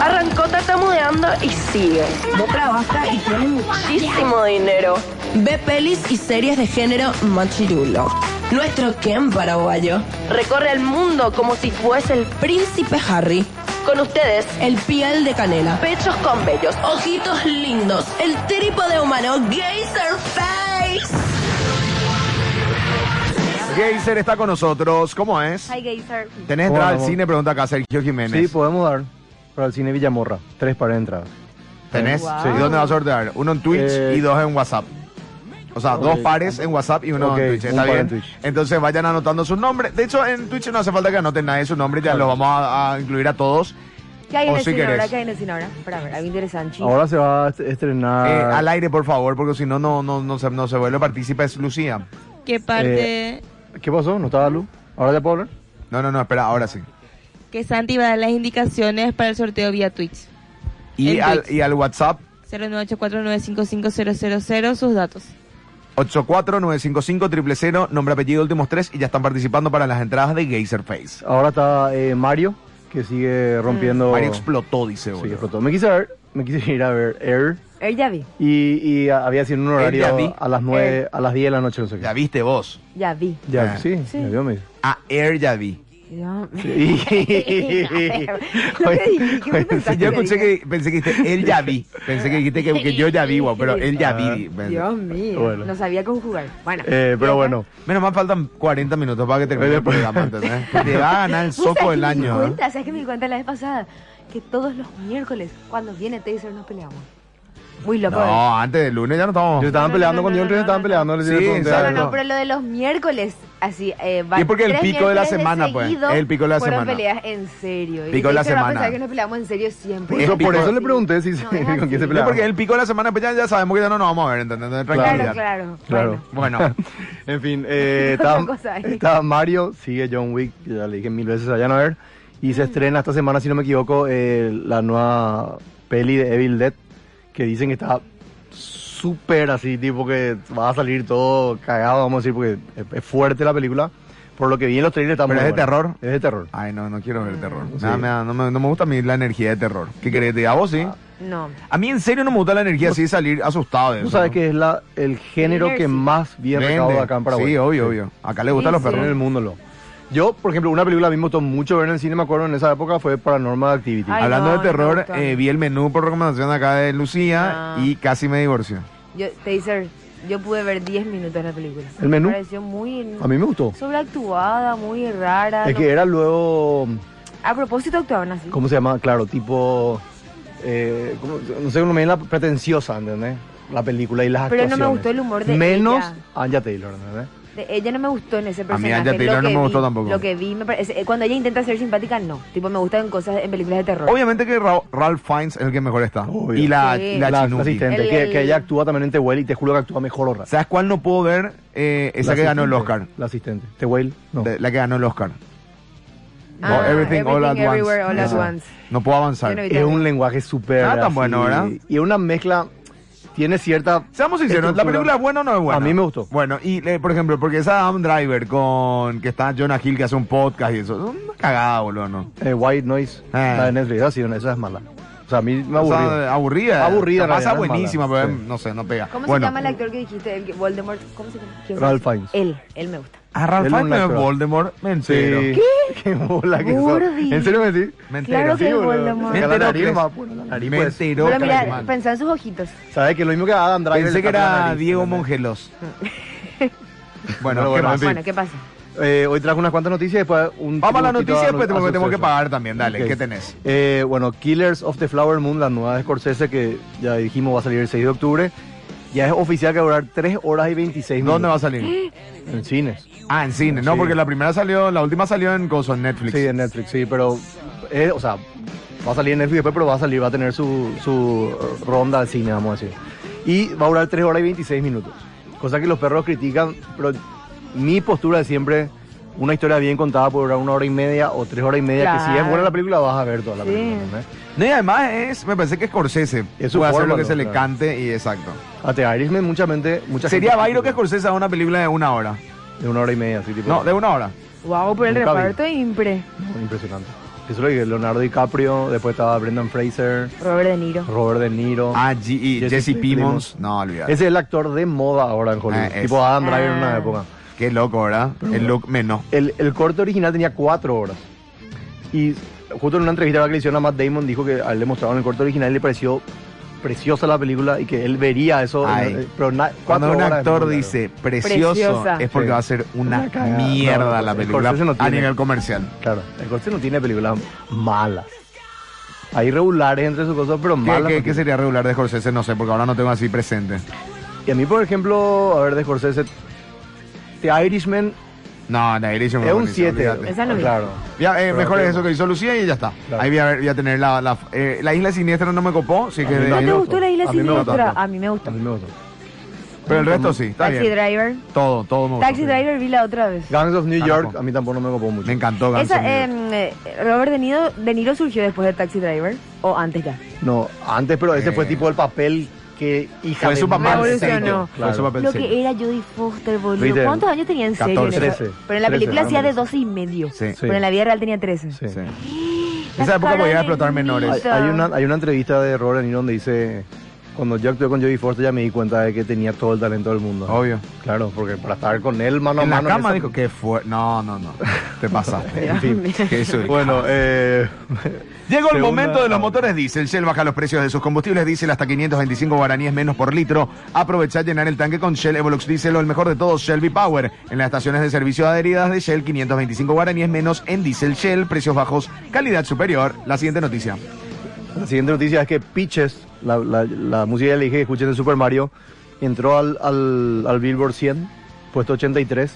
Arrancó tartamudeando y sigue. Vos trabajas y tienes Muchísimo dinero. Ve pelis y series de género machirulo. Nuestro Ken paraguayo. Recorre el mundo como si fuese el... Príncipe Harry. Con ustedes, El piel de canela. pechos con bellos. Ojitos lindos. El trípode humano. Geyser Face. Geyser está con nosotros. ¿Cómo es? Hi, Geyser. ¿Tenés entrada al Hola, amor. cine? Pregunta acá Sergio Jiménez. Sí, pues. podemos dar para el cine Villamorra. Tres para entradas. ¿Tenés? Wow. ¿Y dónde vas a sortear? Uno en Twitch Eh, y dos en WhatsApp. O sea, dos pares en WhatsApp y uno Ok, en Twitch. un ¿Está par bien? en Twitch. Entonces vayan anotando sus nombres. De hecho, en Twitch no hace falta que anoten nadie su nombre, ya los vamos a, a incluir a todos. ¿Qué hay en O el si cine ahora? querés. ¿Qué hay en el cine ahora? Espera, a ver, algo interesante. Ahora se va a est- Eh, estrenar. al aire, por favor, porque si no, no, no, no se, no se vuelve partícipe, es Lucía. ¿Qué parte? ¿Qué pasó? ¿No estaba Lu? ¿Ahora ya puedo hablar? No, no, no, espera, ahora sí. Que Santi va a dar las indicaciones para el sorteo vía Twitch. Y En al, Twitch. y al WhatsApp, 0984955000 sus datos. 84955 nombre, apellido, últimos tres, y ya están participando para las entradas de Geyser Face. Ahora está eh, Mario, que sigue rompiendo. Mm. Mario explotó, dice Sí, boludo. explotó. Me quise, ver, me quise ir a ver Air. Él ya vi, Y, y a- había sido en un Air ya vi. horario a las nueve, a las 10 de la noche, no sé qué. Ya viste vos. ya vi. Ya, Ah. sí, Sí. me vio, me dijo. A Air ya vi. Ya- Y- Lo que dije, ¿qué me pensaste Yo escuché dije? que pensé que dijiste, él ya vi. Pensé que dijiste que, que yo ya vi, guau, pero él ya Ah. vi. Dios mío, Bueno. no sabía conjugar. Bueno, Eh, pero bueno, Menos mal faltan 40 minutos para que termine el programa, ¿entendés? Que Te va a ganar el ¿Vos sabés soco del que me di año. ¿eh? Cuenta, ¿Sabes que me di cuenta la vez pasada? Que todos los miércoles, cuando viene Taser, nos peleamos. Muy loco. ¿eh? No, antes del lunes ya no estamos. yo estaban no, peleando no, cuando no, yo entré, no, estaban no, peleando. les iba a Sí, preguntar, exacto. No, no, no. pero lo de los miércoles, así, eh, van Y es porque el tres pico de la miércoles semana, pues, seguido el pico de la fueron semana. peleas en serio. Y Pico de la Taser va a semana. pensar que nos peleamos en serio siempre. Por eso, Es por pico- eso le pregunté si, No, con es quién se así. No, peleaba. porque el pico de la semana pues ya, ya sabemos que ya no nos vamos a ver, ¿entendés? Tranquilidad. Claro, claro. Claro. Bueno. Bueno, En fin, eh, Otra estaba, cosa ahí. estaba Mario, sigue John Wick, que ya le dije mil veces a a ver, y se estrena esta semana, si no me equivoco, eh, la nueva peli de Evil Dead, que dicen que está súper así, tipo que va a salir todo cagado, vamos a decir, porque es, es fuerte la película. Por lo que vi en los trailers está ¿Pero es muy de buena. terror? Ah, Es de terror. ay, no, no quiero ver terror. Sí. Nada, me da- no, me, no me gusta a mí la energía de terror. ¿Qué querés? que te diga? ¿A vos sí? Ah. No. A mí en serio no me gusta la energía así de salir asustado de Tú eso, sabes ¿no? que es la, el género que Thriller, sí. más bien Vende. recauda acá en Paraguay. Sí, obvio, obvio. Acá le gustan Sí, los sí. Pero en el perros. mundo lo. Yo, por ejemplo, una película que a mí me gustó mucho ver en el cine, me acuerdo, en esa época fue Paranormal Activity. Ay, Hablando no, de no me terror, gustó. eh, vi el menú por recomendación acá de Lucía Ah. y casi me divorció. Yo, Taser, yo pude ver 10 minutos de la película. ¿El menú? Me pareció muy A mí me gustó. sobreactuada, muy rara. Es no- que era luego, A propósito actuaban así. ¿cómo se llama? Claro, tipo, eh, ¿cómo- no sé, una manera pretenciosa, ¿entendés? La película y las Pero no me actuaciones. gustó el humor de Menos ella. Anya Taylor, ¿entendés? De- ella no me gustó en ese mí personaje. Anya lo Taylor no que me gustó vi- tampoco. Lo que vi, me parece, eh, cuando ella intenta ser simpática, no. Tipo, me gustan cosas en películas de terror. Obviamente que Ra- Ralph Fiennes es el que mejor está. Obvio. Y la, Sí. y la, La, Chinuki. asistente, El- que, el- que ella actúa también en The Whale y te juro que actúa mejor horror. ¿Sabes cuál no puedo ver? Eh, esa que ganó el Oscar. La asistente. The Whale, no. De- la que ganó el Oscar. Ah, No, everything, all at Everything, Everywhere, once. All at Esa. Once. No puedo avanzar. Yo no vi es un lenguaje súper Ah, tan así, bueno, ¿verdad? Y una mezcla, tiene cierta... Seamos sinceros, ¿la estructura. película es buena o no es buena? A mí me gustó. Bueno, y eh, por ejemplo, porque esa Adam Driver con que está Jonah Hill que hace un podcast y eso, es una cagada, boludo, ¿no? Eh, White Noise, Ah. la de Netflix, ah, sí, esa es mala. O sea, a mí me O sea, aburrió. aburrida. Aburrida, en Pasa realidad, es buenísima, mala. pero eh, Sí. no sé, no pega. ¿Cómo Bueno. se llama el actor que dijiste? El que- Voldemort. ¿Cómo se llama? ¿Quién Ralph fue? Fiennes. Él, él me gusta. Ah, Ralph Él es un Fiennes no es actor. Voldemort. Me Sí. entero. Qué bola que sos. Gordi. ¿En serio me decís? Me entero. Claro que Sí, es boludo. Voldemort. Me Que la entero nariz que es- más, bueno, la nariz, Me pues. entero Pero que es mira, man. pensá en sus ojitos. ¿Sabes que lo mismo que Adam Driver? Pensé le que tapó la era nariz, Diego ¿entendés? Mongelos. Bueno, Pero ¿qué más? bueno, en fin. Bueno, ¿qué pasa? Eh, hoy trajo unas cuantas noticias y después un... Vamos a las un poquito noticias, a- después a porque tengo que suceso. pagar también. Dale, Ok. ¿qué tenés? Eh, bueno, Killers of the Flower Moon, la nueva de Scorsese que ya dijimos va a salir el 6 de octubre. Ya es oficial que va a durar 3 horas y 26 minutos. ¿Dónde va a salir? En cines. Ah, en cine. No, Sí. porque la primera salió, la última salió en Coso, en Netflix. Sí, en Netflix, sí, pero. eh, o sea, va a salir en Netflix después, pero va a salir, va a tener su, su ronda de cine, vamos a decir. Y va a durar 3 horas y 26 minutos. Cosa que los perros critican, pero mi postura es siempre. Una historia bien contada puede durar una hora y media o tres horas y media, que si es Claro. buena la película vas a ver toda la Sí. película. ¿entendés? No, y además es, me parece que Scorsese. Es su puede hacer lo forma, que ¿no? se le Claro. cante y exacto. A The Irishman mucha gente... Mucha Sería gente Bayro que critica. Scorsese haga una película de una hora. De una hora y media, así tipo... No, de una hora. Wow, pero el Nunca vi. reparto impre. Impresionante. Eso lo dije, Leonardo DiCaprio, después estaba Brendan Fraser, Robert De Niro. Robert De Niro. Ah, G- y Jesse Jesse Plemons. Pimons. No, olvídate. Ese es el actor de moda ahora en Hollywood. Ah, es. tipo Adam Driver en una Ah. época. Qué loco, ¿verdad? El look menos. El, el corte original tenía cuatro horas. Y justo en una entrevista que le hicieron a Matt Damon dijo que a él le mostraron el corte original y le pareció preciosa la película y que él vería eso. Ay. en- pero na- Cuando cuatro un horas de actor película. dice precioso, Preciosa. es porque Sí. va a ser una, Una cagada. mierda No, no, la el película Scorsese no a tiene. nivel comercial. Claro, el corte no tiene películas malas. Hay regulares entre sus cosas, pero ¿Qué, malas. qué- no qué tiene. sería regular de Scorsese? No sé, porque ahora no tengo así presente. Y a mí, por ejemplo, a ver, de Scorsese, The Irishman No, la Irishman es un buenísima, 7. olvídate. Esa no vi. Claro. Ya, eh, Pero mejor es tengo. eso que hizo Lucía y ya está. Claro. Ahí voy a, ver- voy a tener la, la, eh, la isla siniestra no me copó, sí que A mí ¿No me te gustó. gustó la isla A mí me siniestra? gustó. A mí me A gustó. mí me gustó. pero el resto sí, está Taxi bien. Driver. Todo, todo me gustó. Taxi Driver vi la otra vez. Gangs of New Ah, York, no. a mí tampoco no me copó mucho. Me encantó Guns Esa, N' Roses. eh, Robert de Niro, de Niro surgió después de Taxi Driver o antes ya. No, antes, pero ese Eh. fue tipo el papel que hija Fue de su papá madre. en serio. Revolucionó. Fue su papá en Lo serio. que era Jodie Foster, boludo. ¿Viste? ¿Cuántos años tenía en serio? en 14, esa- 13, Pero en la película 13, hacía de ¿no? 12 y medio. Sí. Sí. Pero en la vida real tenía 13. Sí. Sí. La Esa época cara podía de explotar menores. Hay, Nito. hay una, hay una entrevista de Robert De Niro donde dice, cuando yo actué con Jodie Foster ya me di cuenta de que tenía todo el talento del mundo. Obvio. Claro, porque para estar con él mano a en la mano... en cama esa- dijo que fue. No, no, no. Te pasaste. En fin. Qué desubicado. Bueno, eh... Llegó el Segunda- momento de los motores diésel. Shell baja los precios de sus combustibles diésel hasta 525 guaraníes menos por litro. Aprovecha llenar el tanque con Shell Evolux Diesel o el mejor de todos, Shelby Power. En las estaciones de servicio adheridas de Shell, 525 guaraníes menos en diésel Shell. Precios bajos, calidad superior. La siguiente noticia. La siguiente noticia es que Pitches, la, la, la música que le dije que escuchen de Super Mario, entró al, al, al Billboard 100, puesto 83.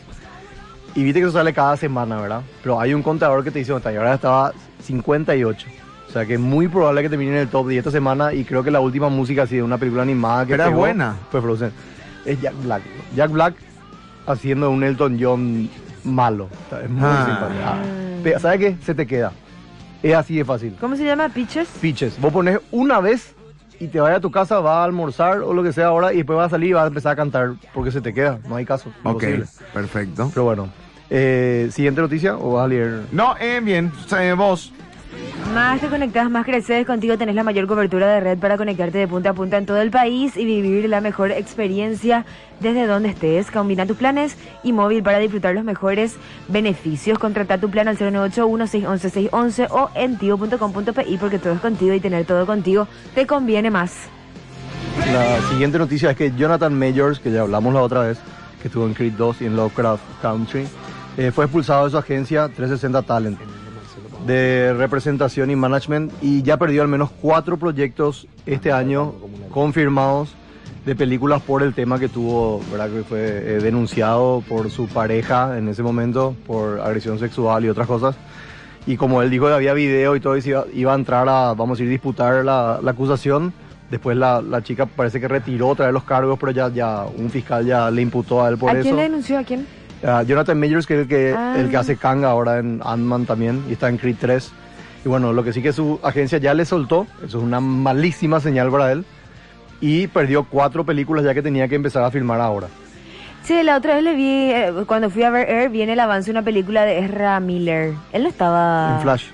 Y viste que eso sale cada semana, ¿verdad? Pero hay un contador que te dice, "Otra, y ahora estaba 58. O sea que es muy probable que termine en el top 10 esta semana. Y creo que la última música así de una película animada que Pero es pegó buena. Fue Frozen. Es Jack Black. Jack Black haciendo un Elton John malo. O sea, Es muy Ah. simpático. Ah. Pero, ¿Sabes qué? Se te queda. Es así de fácil ¿Cómo se llama? ¿Pitches? fiches. Vos pones una vez y te vas a tu casa, vas a almorzar o lo que sea ahora y después vas a salir y vas a empezar a cantar porque se te queda. No hay caso. Ok, imposible. perfecto. Pero bueno. eh, Siguiente noticia o vas a leer. No, eh, bien. Eh, vos. Más te conectas, más creces. Contigo tenés la mayor cobertura de red para conectarte de punta a punta en todo el país y vivir la mejor experiencia desde donde estés. Combina tus planes y móvil para disfrutar los mejores beneficios. Contrata tu plan al 0981-611-611 o en tío.com.pi porque todo es contigo y tener todo contigo te conviene más. La siguiente noticia es que Jonathan Majors, que ya hablamos la otra vez, que estuvo en Creed 2 y en Lovecraft Country, eh, fue expulsado de su agencia 360 Talent de representación y management y ya perdió al menos cuatro proyectos este año confirmados de películas por el tema que tuvo, ¿verdad? Que fue eh, denunciado por su pareja en ese momento por agresión sexual y otras cosas. Y como él dijo que había video y todo, y se iba, iba a entrar a, vamos a ir a disputar la, la acusación. Después la, la chica parece que retiró otra vez los cargos, pero ya, ya un fiscal ya le imputó a él por ¿A eso. quién le denunció? ¿A quién? Ah, Jonathan Majors, que es el que, Ah. el que hace Kang ahora en Ant-Man también, y está en Creed 3. Y bueno, lo que sí que su agencia ya le soltó, eso es una malísima señal para él, y perdió cuatro películas ya que tenía que empezar a filmar ahora. Sí, la otra vez le vi, eh, cuando fui a ver Air, viene el avance de una película de Ezra Miller. Él no estaba... En Flash.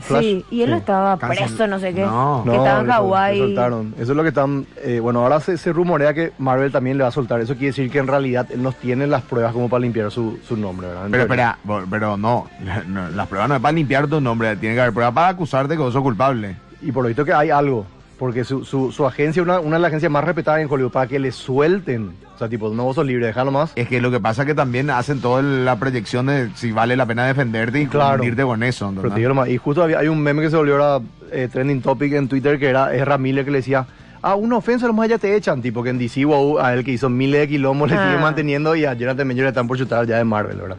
Flash, Sí, y él no sí. estaba Cancel- preso, no sé qué. No. Ah. que No, estaba en le sol- Hawái. le soltaron. Eso es lo que están. eh, bueno, ahora se, se rumorea que Marvel también le va a soltar. Eso quiere decir que en realidad él no tiene las pruebas como para limpiar su, su nombre, ¿verdad? En Pero teoría. espera, vos- pero no, no, Las pruebas no es para limpiar tu nombre. Tiene que haber pruebas para acusarte que vos sos culpable. Y por lo visto que hay algo. Porque su, su, su agencia, una, una de las agencias más respetadas en Hollywood, para que le suelten. O sea, tipo, no vos sos libre, déjalo más. Es que lo que pasa es que también hacen toda la proyección de si vale la pena defenderte y Claro. hundirte con eso. ¿entendés? Pero te digo nomás, Y justo había- hay un meme que se volvió ahora eh, trending topic en Twitter que era Ezra Miller que le decía, ah, una ofensa nomás ya te echan. Tipo que en DC, wow, a él que hizo miles de quilombos le Ah. sigue manteniendo y a Jonathan Major le están por chutar ya de Marvel, ¿verdad?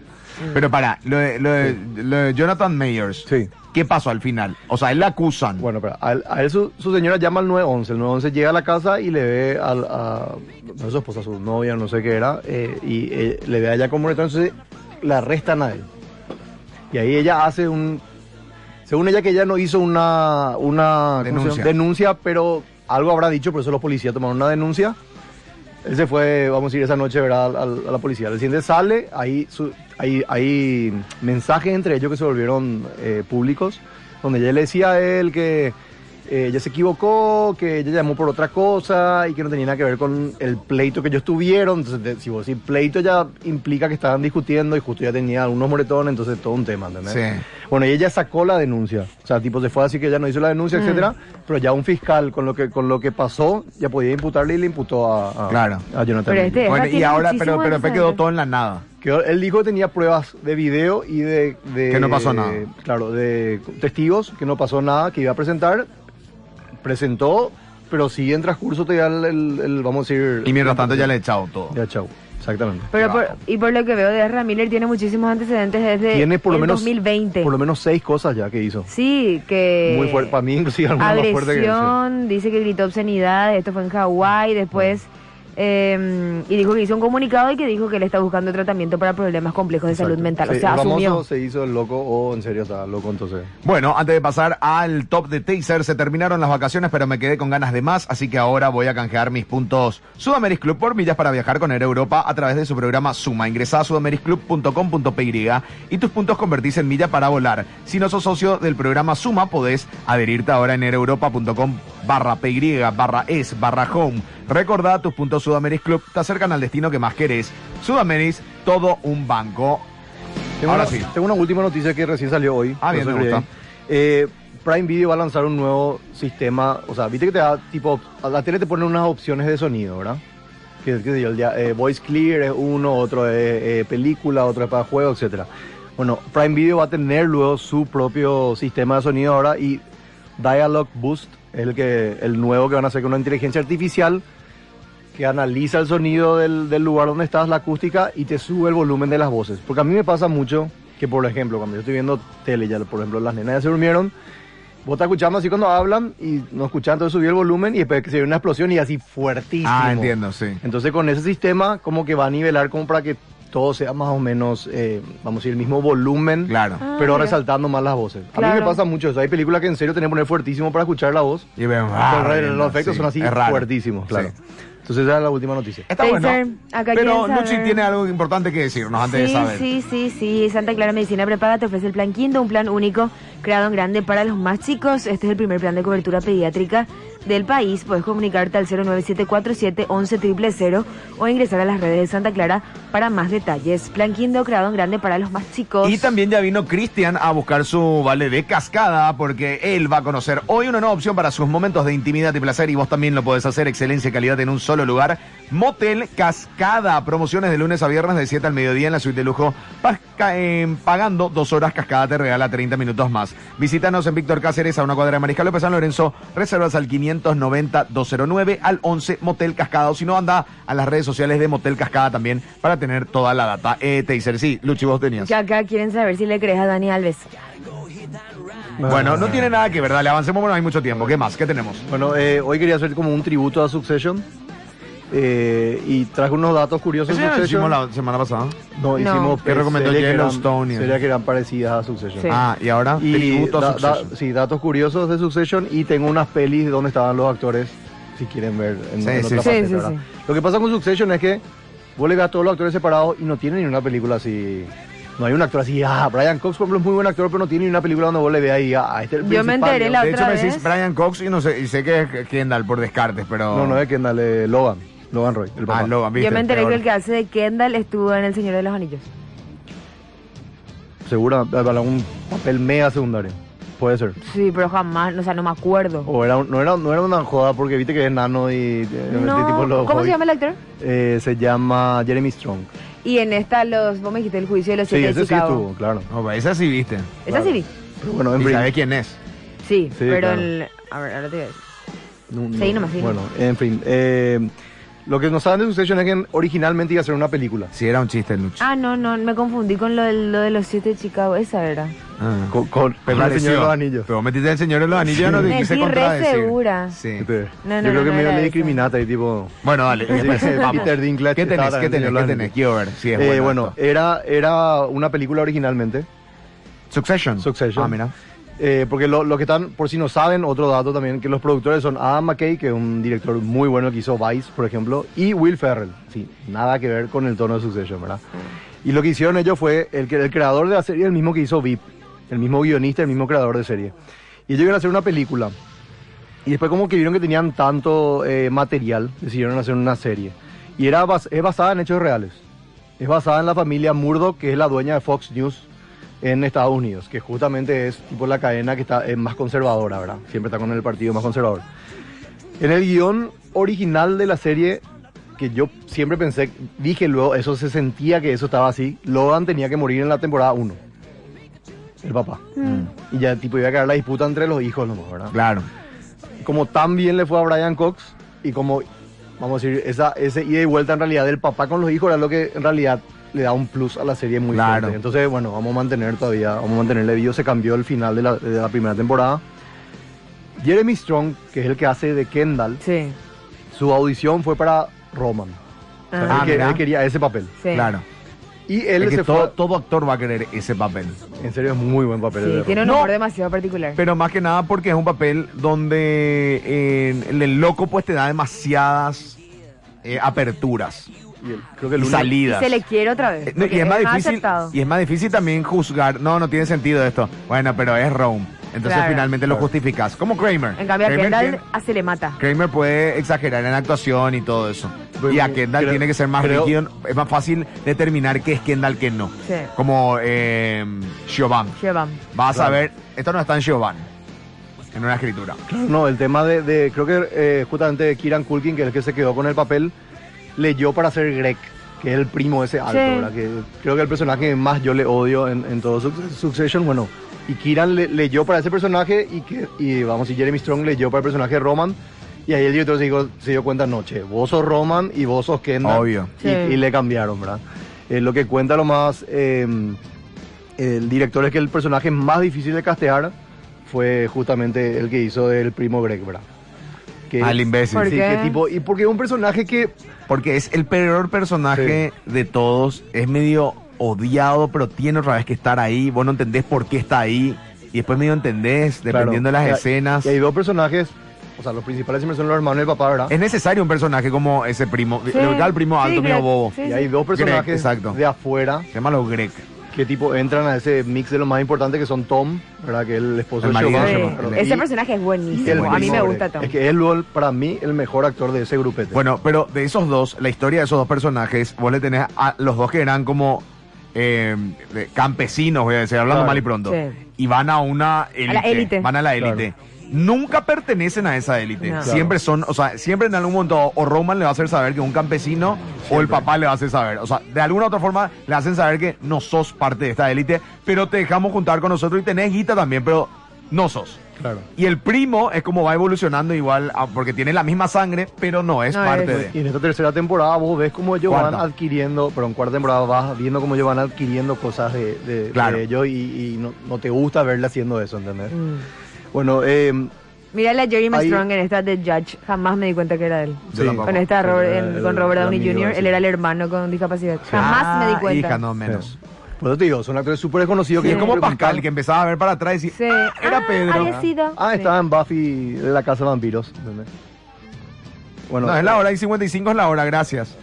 Pero para, lo de, lo de- lo de Jonathan Mayers, Sí. ¿qué pasó al final? O sea, él la acusan. Bueno, pero a él, a él su, su señora llama al 911. El 911 llega a la casa y le ve al- a, no es su esposa, su novia, no sé qué era, eh, y eh, le ve a ella como retrato, entonces la arrestan a él. Y ahí ella hace un... Según ella que ella no hizo una, una ¿cómo se llama? Denuncia. denuncia, pero algo habrá dicho, por eso los policías tomaron una denuncia. Él se fue, vamos a ir esa noche, ¿verdad? al- al- A, la policía. El siguiente sale, ahí su- hay, hay mensajes entre ellos que se volvieron eh, públicos, donde ella le decía a él que eh, ella se equivocó, que ella llamó por otra cosa y que no tenía nada que ver con el pleito que ellos tuvieron. Entonces, de- si vos decís pleito, ya implica que estaban discutiendo y justo ya tenía algunos moretones, entonces todo un tema, ¿entendés? Sí. Bueno, y ella sacó la denuncia. O sea, tipo, se fue así que ella no hizo la denuncia, etcétera. Pero ya un fiscal con lo que con lo que pasó, ya podía imputarle y le imputó a, a- Claro. a Jonathan. Pero Lee. este- Eva Bueno, y tiene ahora, muchísimo pero, pero después quedó antecedente. todo en la nada. Quedó- él dijo que tenía pruebas de video y de, de- Que no pasó nada. Claro, de testigos, que no pasó nada, que iba a presentar. Presentó, pero sigue en transcurso todavía el, el- el- vamos a decir... Y mientras tanto ya le he echado todo. Ya, chau. Exactamente. Pero Qué por- bajo. y por lo que veo de Ezra Miller tiene muchísimos antecedentes desde Tiene por lo el menos... 2020. Por lo menos seis cosas ya que hizo. sí, que Muy fuerte, para mí inclusive alguna más Eh, agresión, fuerte que eso. dice que gritó obscenidades, esto fue en Hawái, después Mm. eh, y dijo que hizo un comunicado y que dijo que él está buscando tratamiento para problemas complejos de salud Exacto. mental, o Sí, sea, el famoso asumió. se hizo el loco o en serio está loco entonces. Bueno, antes de pasar al top de Taser, se terminaron las vacaciones, pero me quedé con ganas de más, así que ahora voy a canjear mis puntos Sudameris Club por millas para viajar con Air Europa a través de su programa Suma. Ingresá a sudamerisclub.com.py y tus puntos convertís en millas para volar. Si no sos socio del programa Suma, podés adherirte ahora en aereuropa.com barra PY, barra es, barra home. Recordá, tus puntos Sudameris Club te acercan al destino que más querés. Sudameris, todo un banco. Tengo Ahora una, sí. Tengo una última noticia que recién salió hoy. Ah, bien, No sé me por gusta. ahí. Eh, Prime Video va a lanzar un nuevo sistema. O sea, viste que te da, tipo, a la tele te ponen unas opciones de sonido, ¿verdad? Que, qué sé yo, el dia- eh, voice clear es uno, otro es eh, película, otro es para juego, etcétera. Bueno, Prime Video va a tener luego su propio sistema de sonido ahora y Dialog Boost es el, que, el nuevo que van a hacer con una inteligencia artificial que analiza el sonido del, del lugar donde estás, la acústica, y te sube el volumen de las voces. Porque a mí me pasa mucho que, por ejemplo, cuando yo estoy viendo tele, ya, por ejemplo, las nenas ya se durmieron, vos estás escuchando así cuando hablan y no escuchas, entonces subí el volumen y después que se ve una explosión y así fuertísimo. Ah, entiendo, sí. Entonces con ese sistema como que va a nivelar como para que todo sea más o menos, eh, vamos a decir, el mismo volumen, Claro. pero Ah, mira. resaltando más las voces. A mí me Claro. pasa mucho eso. Hay películas que en serio tenés que poner fuertísimo para escuchar la voz. Y vemos, Pero ah, los sí, efectos son así es raro. fuertísimos, claro. Sí. Entonces esa es la última noticia. Está Taser, bueno. acá Pero quieren Luchi saber. tiene algo importante que decirnos antes de sí, saber. Sí, sí, sí. Santa Clara Medicina Prepaga te ofrece el plan Quinto, un plan único creado en grande para los más chicos. Este es el primer plan de cobertura pediátrica del país. Puedes comunicarte al 097471100 o ingresar a las redes de Santa Clara para más detalles. Plan Quinto creado en grande para los más chicos. Y también ya vino Cristian a buscar su vale de cascada porque él va a conocer hoy una nueva opción para sus momentos de intimidad y placer y vos también lo podés hacer, excelencia y calidad en un solo lugar. Motel Cascada, promociones de lunes a viernes de 7 al mediodía en la suite de lujo. Pasca- eh, pagando dos horas Cascada te regala 30 minutos más. Visítanos en Víctor Cáceres a una cuadra de Mariscal López San Lorenzo, reservas al 590-209 al 11 Motel Cascada o si no anda a las redes sociales de Motel Cascada también para tener toda la data. Eh, Taser, sí, Luchi, vos tenías. Que acá quieren saber si le crees a Dani Alves. Bueno, no tiene nada que ver, dale, avancemos, bueno, hay mucho tiempo. ¿Qué más? ¿Qué tenemos? Bueno, eh, hoy quería hacer como un tributo a Succession eh, y traje unos datos curiosos. Eso de ya lo hicimos Succession. la semana pasada. No, hicimos Que recomendó series que eran- Yellowstone y- series que eran parecidas a Succession. Sí. Ah, y ahora Y tributo a da- da- Succession. sí, datos curiosos de Succession y tengo unas pelis donde estaban los actores, si quieren ver en, Sí, en sí, otra sí. faceta, Sí, sí, ¿verdad? Lo que pasa con Succession es que vos le ves a todos los actores separados y no tienen ni una película así... No hay un actor así, ah, Brian Cox, por ejemplo, es muy buen actor, pero no tiene ni una película donde vos le veas y, ah, este es el Yo me principal, enteré ¿no? la De hecho, otra me decís vez. Brian Cox y no sé, y sé que es Kendall por descartes, pero. No, no es Kendall, eh, Logan, Logan Roy, el papá. Ah, Logan, viste. Yo me enteré peor. que el que hace de Kendall estuvo en El Señor de los Anillos. Segura, para un papel mega secundario, puede ser. Sí, pero jamás, o sea, no me acuerdo. O era, un- no, era, no era una joda porque viste que es nano y... eh, este tipo No. los ¿Cómo se hobbits. llama el actor? Eh, se llama Jeremy Strong. Y en esta, los, vos me dijiste el juicio de los Sí, siete de ese sí Chicago. estuvo, claro. No, pues esa sí viste. Esa sí vi. Pero bueno, en Y fin. sabés quién es. Sí, pero claro. el. A ver, ahora te voy a decir. No, no. Seguí nomás, seguí Bueno, en fin. eh, lo que nos saben de Succession es que originalmente iba a ser una película. Sí, era un chiste, Lucho. Ah, no, no, me confundí con lo, del- lo de los siete de Chicago. Esa era. Ah. Con, con- con el Señor de los Anillos. Pero metiste el señor de los anillos, no te Me quise fui re contradecir. segura. Sí. Este, No, no, no, yo creo que no medio era le esa. discriminata y tipo... Bueno, dale. Sí, después Peter vamos. Dinklage ¿Qué tenés? estaba ¿Qué en tenés? el Señor de ¿Qué los tenés? Anillos. Quiero ver si es Eh, bueno bueno, esto. era, era una película originalmente. Succession. Succession. Ah, mira. Eh, porque lo, lo que están, por si no saben, otro dato también, que los productores son Adam McKay, que es un director muy bueno que hizo Vice, por ejemplo, y Will Ferrell. Sí, nada que ver con el tono de Succession, ¿verdad? Y lo que hicieron ellos fue, el, que- el creador de la serie, el mismo que hizo VIP, el mismo guionista, el mismo creador de serie. Y ellos iban a hacer una película. Y después como que vieron que tenían tanto eh, material, decidieron hacer una serie. Y era bas- es basada en hechos reales. Es basada en la familia Murdoch, que es la dueña de Fox News en Estados Unidos, que justamente es tipo la cadena que está eh, más conservadora, ¿verdad? Siempre está con el partido más conservador. En el guión original de la serie, que yo siempre pensé, dije luego, eso se sentía que eso estaba así, Logan tenía que morir en la temporada 1. El papá. Y ya tipo iba a quedar la disputa entre los hijos nomás, ¿verdad? Claro. como tan bien le fue a Brian Cox y como, vamos a decir, esa, ese ida y vuelta en realidad del papá con los hijos era lo que en realidad le da un plus a la serie muy Claro. fuerte. Entonces, bueno, vamos a mantener todavía, vamos a mantenerle vivo. Se cambió el final de la, de la primera temporada. Jeremy Strong, que es el que hace de Kendall, Sí. su audición fue para Roman. O sea, Ah, él que- mira. él quería ese papel. Sí. Claro. Y él Es que se todo, fue. todo actor va a querer ese papel. En serio, es muy buen papel. Sí, el de tiene un No. humor demasiado particular. Pero más que nada porque es un papel donde eh, el, el loco pues te da demasiadas eh, aperturas Roman. Y él- creo que el y único- Y salidas. se le quiere otra vez. Eh, no, porque y es más difícil aceptado. y es más difícil también juzgar no no tiene sentido esto bueno pero es Rome entonces Claro. finalmente lo justificas como Kramer En cambio, a Kramer, Kendall tiene- ah, se le mata. Kramer puede exagerar en la actuación y todo eso Bueno, y a Kendall creo- tiene que ser más creo- rígido es más fácil determinar qué es Kendall que no Sí. como eh, Chauvin Llevan. vas a Claro. ver esto no está en Chauvin en una escritura Claro, no, el tema de, de- creo que eh, justamente Kiran Culkin, que es el que se quedó con el papel, leyó para ser Greg, que es el primo de ese alto, Sí. ¿verdad? Que creo que el personaje que más yo le odio en, en todo Suc- Succession, bueno, y Kiran le- leyó para ese personaje y que, y vamos, y Jeremy Strong leyó para el personaje de Roman, y ahí el director se, dijo- se dio cuenta anoche, vos sos Roman y vos sos Kendall. Obvio. Sí. Y, y le cambiaron, ¿verdad? Eh, lo que cuenta lo más... em, el director es que el personaje más difícil de castear fue justamente el que hizo del primo Greg, ¿verdad? Que, al imbécil ¿Por sí, qué? que tipo, y porque es un personaje que Porque es el peor personaje de todos. Es medio odiado, pero tiene otra vez que estar ahí. Vos no entendés por qué está ahí. Y después medio entendés, dependiendo de las claro, y hay- escenas. Y hay dos personajes, o sea, los principales siempre son los hermanos del papá, ¿verdad? Es necesario un personaje como ese primo. Sí. Le ubicaba el primo Sí, alto, medio Greg, bobo. sí. y hay dos personajes exacto. de afuera Se llama los Greg. que tipo entran a ese mix de los más importantes que son Tom, ¿verdad? Que es el esposo El de marido de Giovanni, Sí. Sheban, ¿verdad? perdón. Ese Y- personaje es y el buenísimo. A mí me buenísimo gusta Greg. Tom. Es que es luego, para mí el mejor actor de ese grupete. Bueno, pero de esos dos, la historia de esos dos personajes, vos le tenés a los dos que eran como eh, de- campesinos, voy a decir, hablando Claro. mal y pronto. Sí. Y van a una la élite. élite. Van a la élite. Nunca pertenecen a esa élite. No. Siempre son, o sea, siempre en algún momento o Roman le va a hacer saber que un campesino o el papá le va a hacer saber. O sea, de alguna u otra forma le hacen saber que no sos parte de esta élite, pero te dejamos juntar con nosotros y tenés guita también, pero no sos. claro. Y el primo es como va evolucionando igual, ah, porque tiene la misma sangre, pero no es No parte es. de. Pues, Y en esta tercera temporada vos ves cómo ellos Cuarta. van adquiriendo, pero en cuarta temporada vas viendo cómo ellos van adquiriendo cosas de, de- Claro. de ellos y, y no, no te gusta verle haciendo eso, ¿entendés? Mm. Bueno, eh, Mira la Jeremy Ahí- Strong en esta The Judge. Jamás me di cuenta que era él. Yo tampoco. Con este esta Robert- en- con Robert el Downey amigo, Jr. sí. Él era el hermano con discapacidad. Jamás me di Ah, cuenta. Hija, no menos. Por eso te digo, son actores súper desconocidos. Y que es como siempre Pascal, que contaban- empezaba a ver para atrás y Sí. decía, "Ah, era Ah, Pedro. había sido. Ah, Sí. estaba en Buffy de la Casa de Vampiros. ¿entendés? Bueno, No, es la hora, y 55 es la hora, gracias.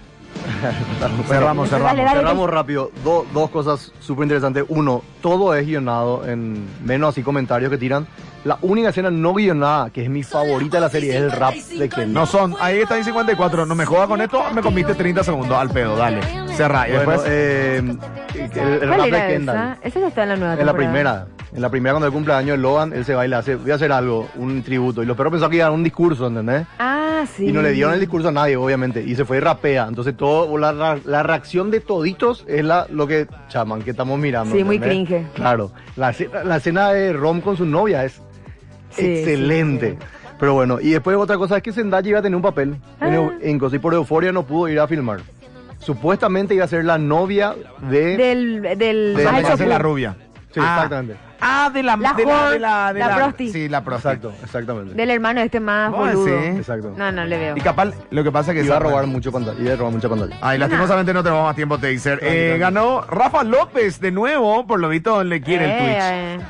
cerramos, Dale, cerramos. dale. pues. Cerramos rápido. Do- dos cosas súper interesantes. Uno, todo es guionado, en menos así comentarios que tiran. La única escena no guionada, que es mi favorita de la serie, es el rap de Kendall. No son, ahí está en 54. No me jodas con esto, me comiste 30 segundos al pedo, dale. Cerra. Y Bueno, después, eh, el, el ¿Cuál rap de era Kendall. esa? Esa ya está en la nueva En la temporada. primera, en la primera cuando el cumpleaños de Logan, él se baila, hace, voy a hacer algo, un tributo. Y los perros pensaban que iba a dar un discurso, ¿entendés? Ah, sí. Y no le dieron el discurso a nadie, obviamente. Y se fue y rapea. Entonces, todo, la, ra- la reacción de toditos es la, lo que chaman, que estamos mirando. Sí, muy ¿entendés? cringe. Claro. La, ce- la escena de Rom con su novia es Sí, excelente. sí, Pero bueno, y después otra cosa es que Zendaya iba a tener un papel en, Ah. Eu- en Cosí por Euforia no pudo ir a filmar. Supuestamente iba a ser la novia de... Del. del De- la ah, que eso hace fue- la rubia. Sí, Ah. exactamente. Ah, de la La de la, de la, de whore, la prosti. Sí, la prosti. Exacto, exactamente. Del hermano este más Vos boludo. decís. Exacto. No, no le veo. Ah, Y capaz, lo que pasa es que Y va a esa- robar mucho pantalla. Iba a robar mucha pantalla. Ay, lastimosamente no tenemos más tiempo, Taser. Eh, ganó Rafa López de nuevo, por lo visto le quiere el Twitch. Eh, eh.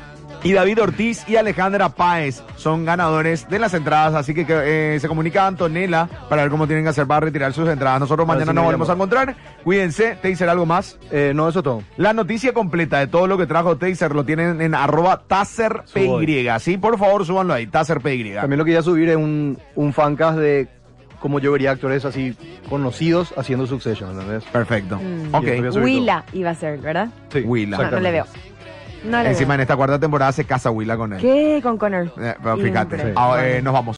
y David Ortiz y Alejandra Páez son ganadores de las entradas. Así que que, eh, se comunica a Antonella para ver cómo tienen que hacer para retirar sus entradas. Nosotros Ahora mañana sí nos me volvemos a llamo. encontrar. Cuídense. Taser, ¿algo más? Eh, no, eso es todo. La noticia completa de todo lo que trajo Taser lo tienen en arroba Subo TazerPY. Sí, por favor, súbanlo ahí, TazerPY. También lo que quería subir es un, un fancast de cómo yo vería actores así conocidos haciendo Succession, ¿entendés? Perfecto. Mm. Ok. Yo sobre Willa iba a ser, ¿verdad? Sí, Willa. No, no le veo. No le Encima veo. en esta cuarta temporada se casa Willa con él. ¿Qué? Con Connor. Eh, pero Y fíjate, Winfrey. Ah, eh, nos vamos.